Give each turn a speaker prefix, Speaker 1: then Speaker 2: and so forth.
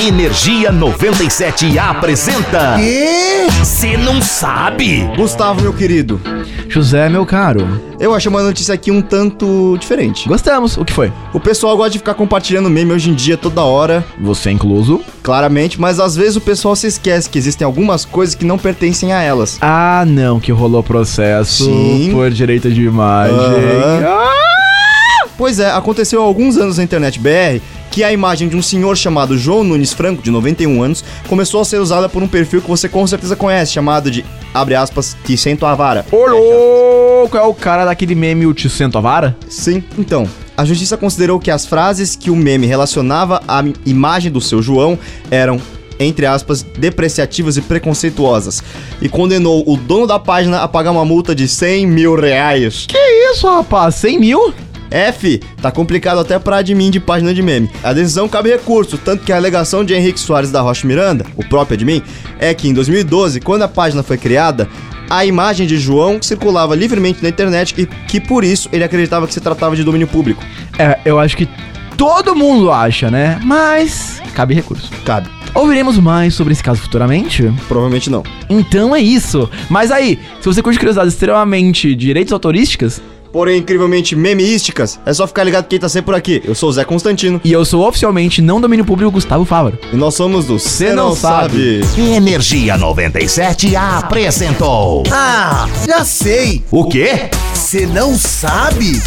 Speaker 1: Energia 97 apresenta.
Speaker 2: E...
Speaker 1: Você não sabe?
Speaker 2: Gustavo, meu querido,
Speaker 3: José, meu caro.
Speaker 2: eu achei uma notícia aqui um tanto diferente.
Speaker 3: Gostamos. O que foi?
Speaker 2: O pessoal gosta de ficar compartilhando meme hoje em dia toda hora,
Speaker 3: Você incluso?
Speaker 2: claramente, mas às vezes o pessoal se esquece que existem algumas coisas que não pertencem a elas.
Speaker 3: Ah, não, que rolou processo
Speaker 2: Sim.
Speaker 3: por direito de imagem. Ah,
Speaker 2: Aham. Pois é, aconteceu há alguns anos na internet BR que a imagem de um senhor chamado João Nunes Franco, de 91 anos, começou a ser usada por um perfil que você com certeza conhece, chamado de, abre aspas, Te Sento a Vara.
Speaker 3: Ô, louco, é o cara daquele meme o Te Sento a Vara?
Speaker 2: Sim. Então, a justiça considerou que as frases que o meme relacionava à im- imagem do seu João eram, entre aspas, depreciativas e preconceituosas. E condenou o dono da página a pagar uma multa de 100 mil reais.
Speaker 3: Que isso, rapaz? 100 mil?
Speaker 2: F, tá complicado até pra admin de página de meme. A decisão cabe recurso, tanto que a alegação de Henrique Soares da Rocha Miranda, o próprio admin, é que em 2012, quando a página foi criada, a imagem de João circulava livremente na internet e que por isso ele acreditava que se tratava de domínio público.
Speaker 3: É, eu acho que todo mundo acha, né? Mas cabe recurso.
Speaker 2: Cabe.
Speaker 3: Ouviremos mais sobre esse caso futuramente?
Speaker 2: Provavelmente não.
Speaker 3: Então é isso. Mas aí, se você curte curiosidades extremamente direitos autorísticas,
Speaker 2: Porém, incrivelmente memeísticas, é só ficar ligado quem tá sempre por aqui. Eu sou o Zé Constantino
Speaker 3: e eu sou oficialmente não domínio público Gustavo Fávaro.
Speaker 2: e nós somos do Cê Não,
Speaker 3: Não
Speaker 2: Sabe.
Speaker 3: Sabe.
Speaker 1: Energia 97 apresentou.
Speaker 4: Ah, já sei!
Speaker 1: O quê?
Speaker 4: Você não sabe?